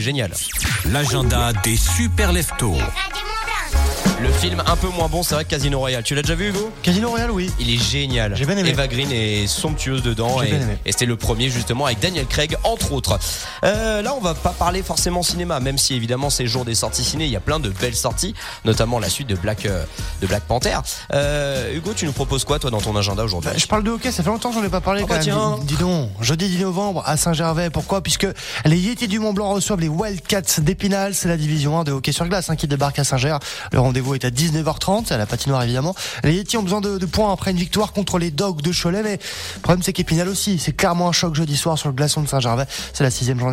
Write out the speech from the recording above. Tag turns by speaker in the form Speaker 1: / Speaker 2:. Speaker 1: Génial.
Speaker 2: L'agenda des super leftos.
Speaker 1: Le film un peu moins bon, c'est vrai que Casino Royale. Tu l'as déjà vu, Hugo
Speaker 3: Casino Royale, oui.
Speaker 1: Il est génial.
Speaker 3: J'ai bien aimé.
Speaker 1: Eva Green est somptueuse dedans.
Speaker 3: J'ai
Speaker 1: et,
Speaker 3: bien aimé.
Speaker 1: et c'était le premier, justement, avec Daniel Craig, entre autres. Euh, là, on va pas parler forcément cinéma, même si évidemment, c'est jour des sorties ciné. Il y a plein de belles sorties, notamment la suite de Black, euh, de Black Panther. Euh, Hugo, tu nous proposes quoi, toi, dans ton agenda aujourd'hui
Speaker 3: Bah, Je parle de hockey, ça fait longtemps que j'en ai pas parlé
Speaker 1: Oh
Speaker 3: quand
Speaker 1: bah
Speaker 3: même.
Speaker 1: tiens.
Speaker 3: Dis, dis donc, jeudi 10 novembre à Saint-Gervais, pourquoi Puisque les Yétis du Mont-Blanc reçoivent les Wildcats d'Épinal, c'est la division 1 de hockey sur glace hein, qui débarque à Saint-Gervais. Le rendez-vous est à 19h30, à la patinoire évidemment. Les Yétis ont besoin de, de points après une victoire contre les Dogs de Cholet, mais le problème c'est qu'Épinal aussi, c'est clairement un choc jeudi soir sur le glaçon de Saint-Gervais, c'est la sixième journée.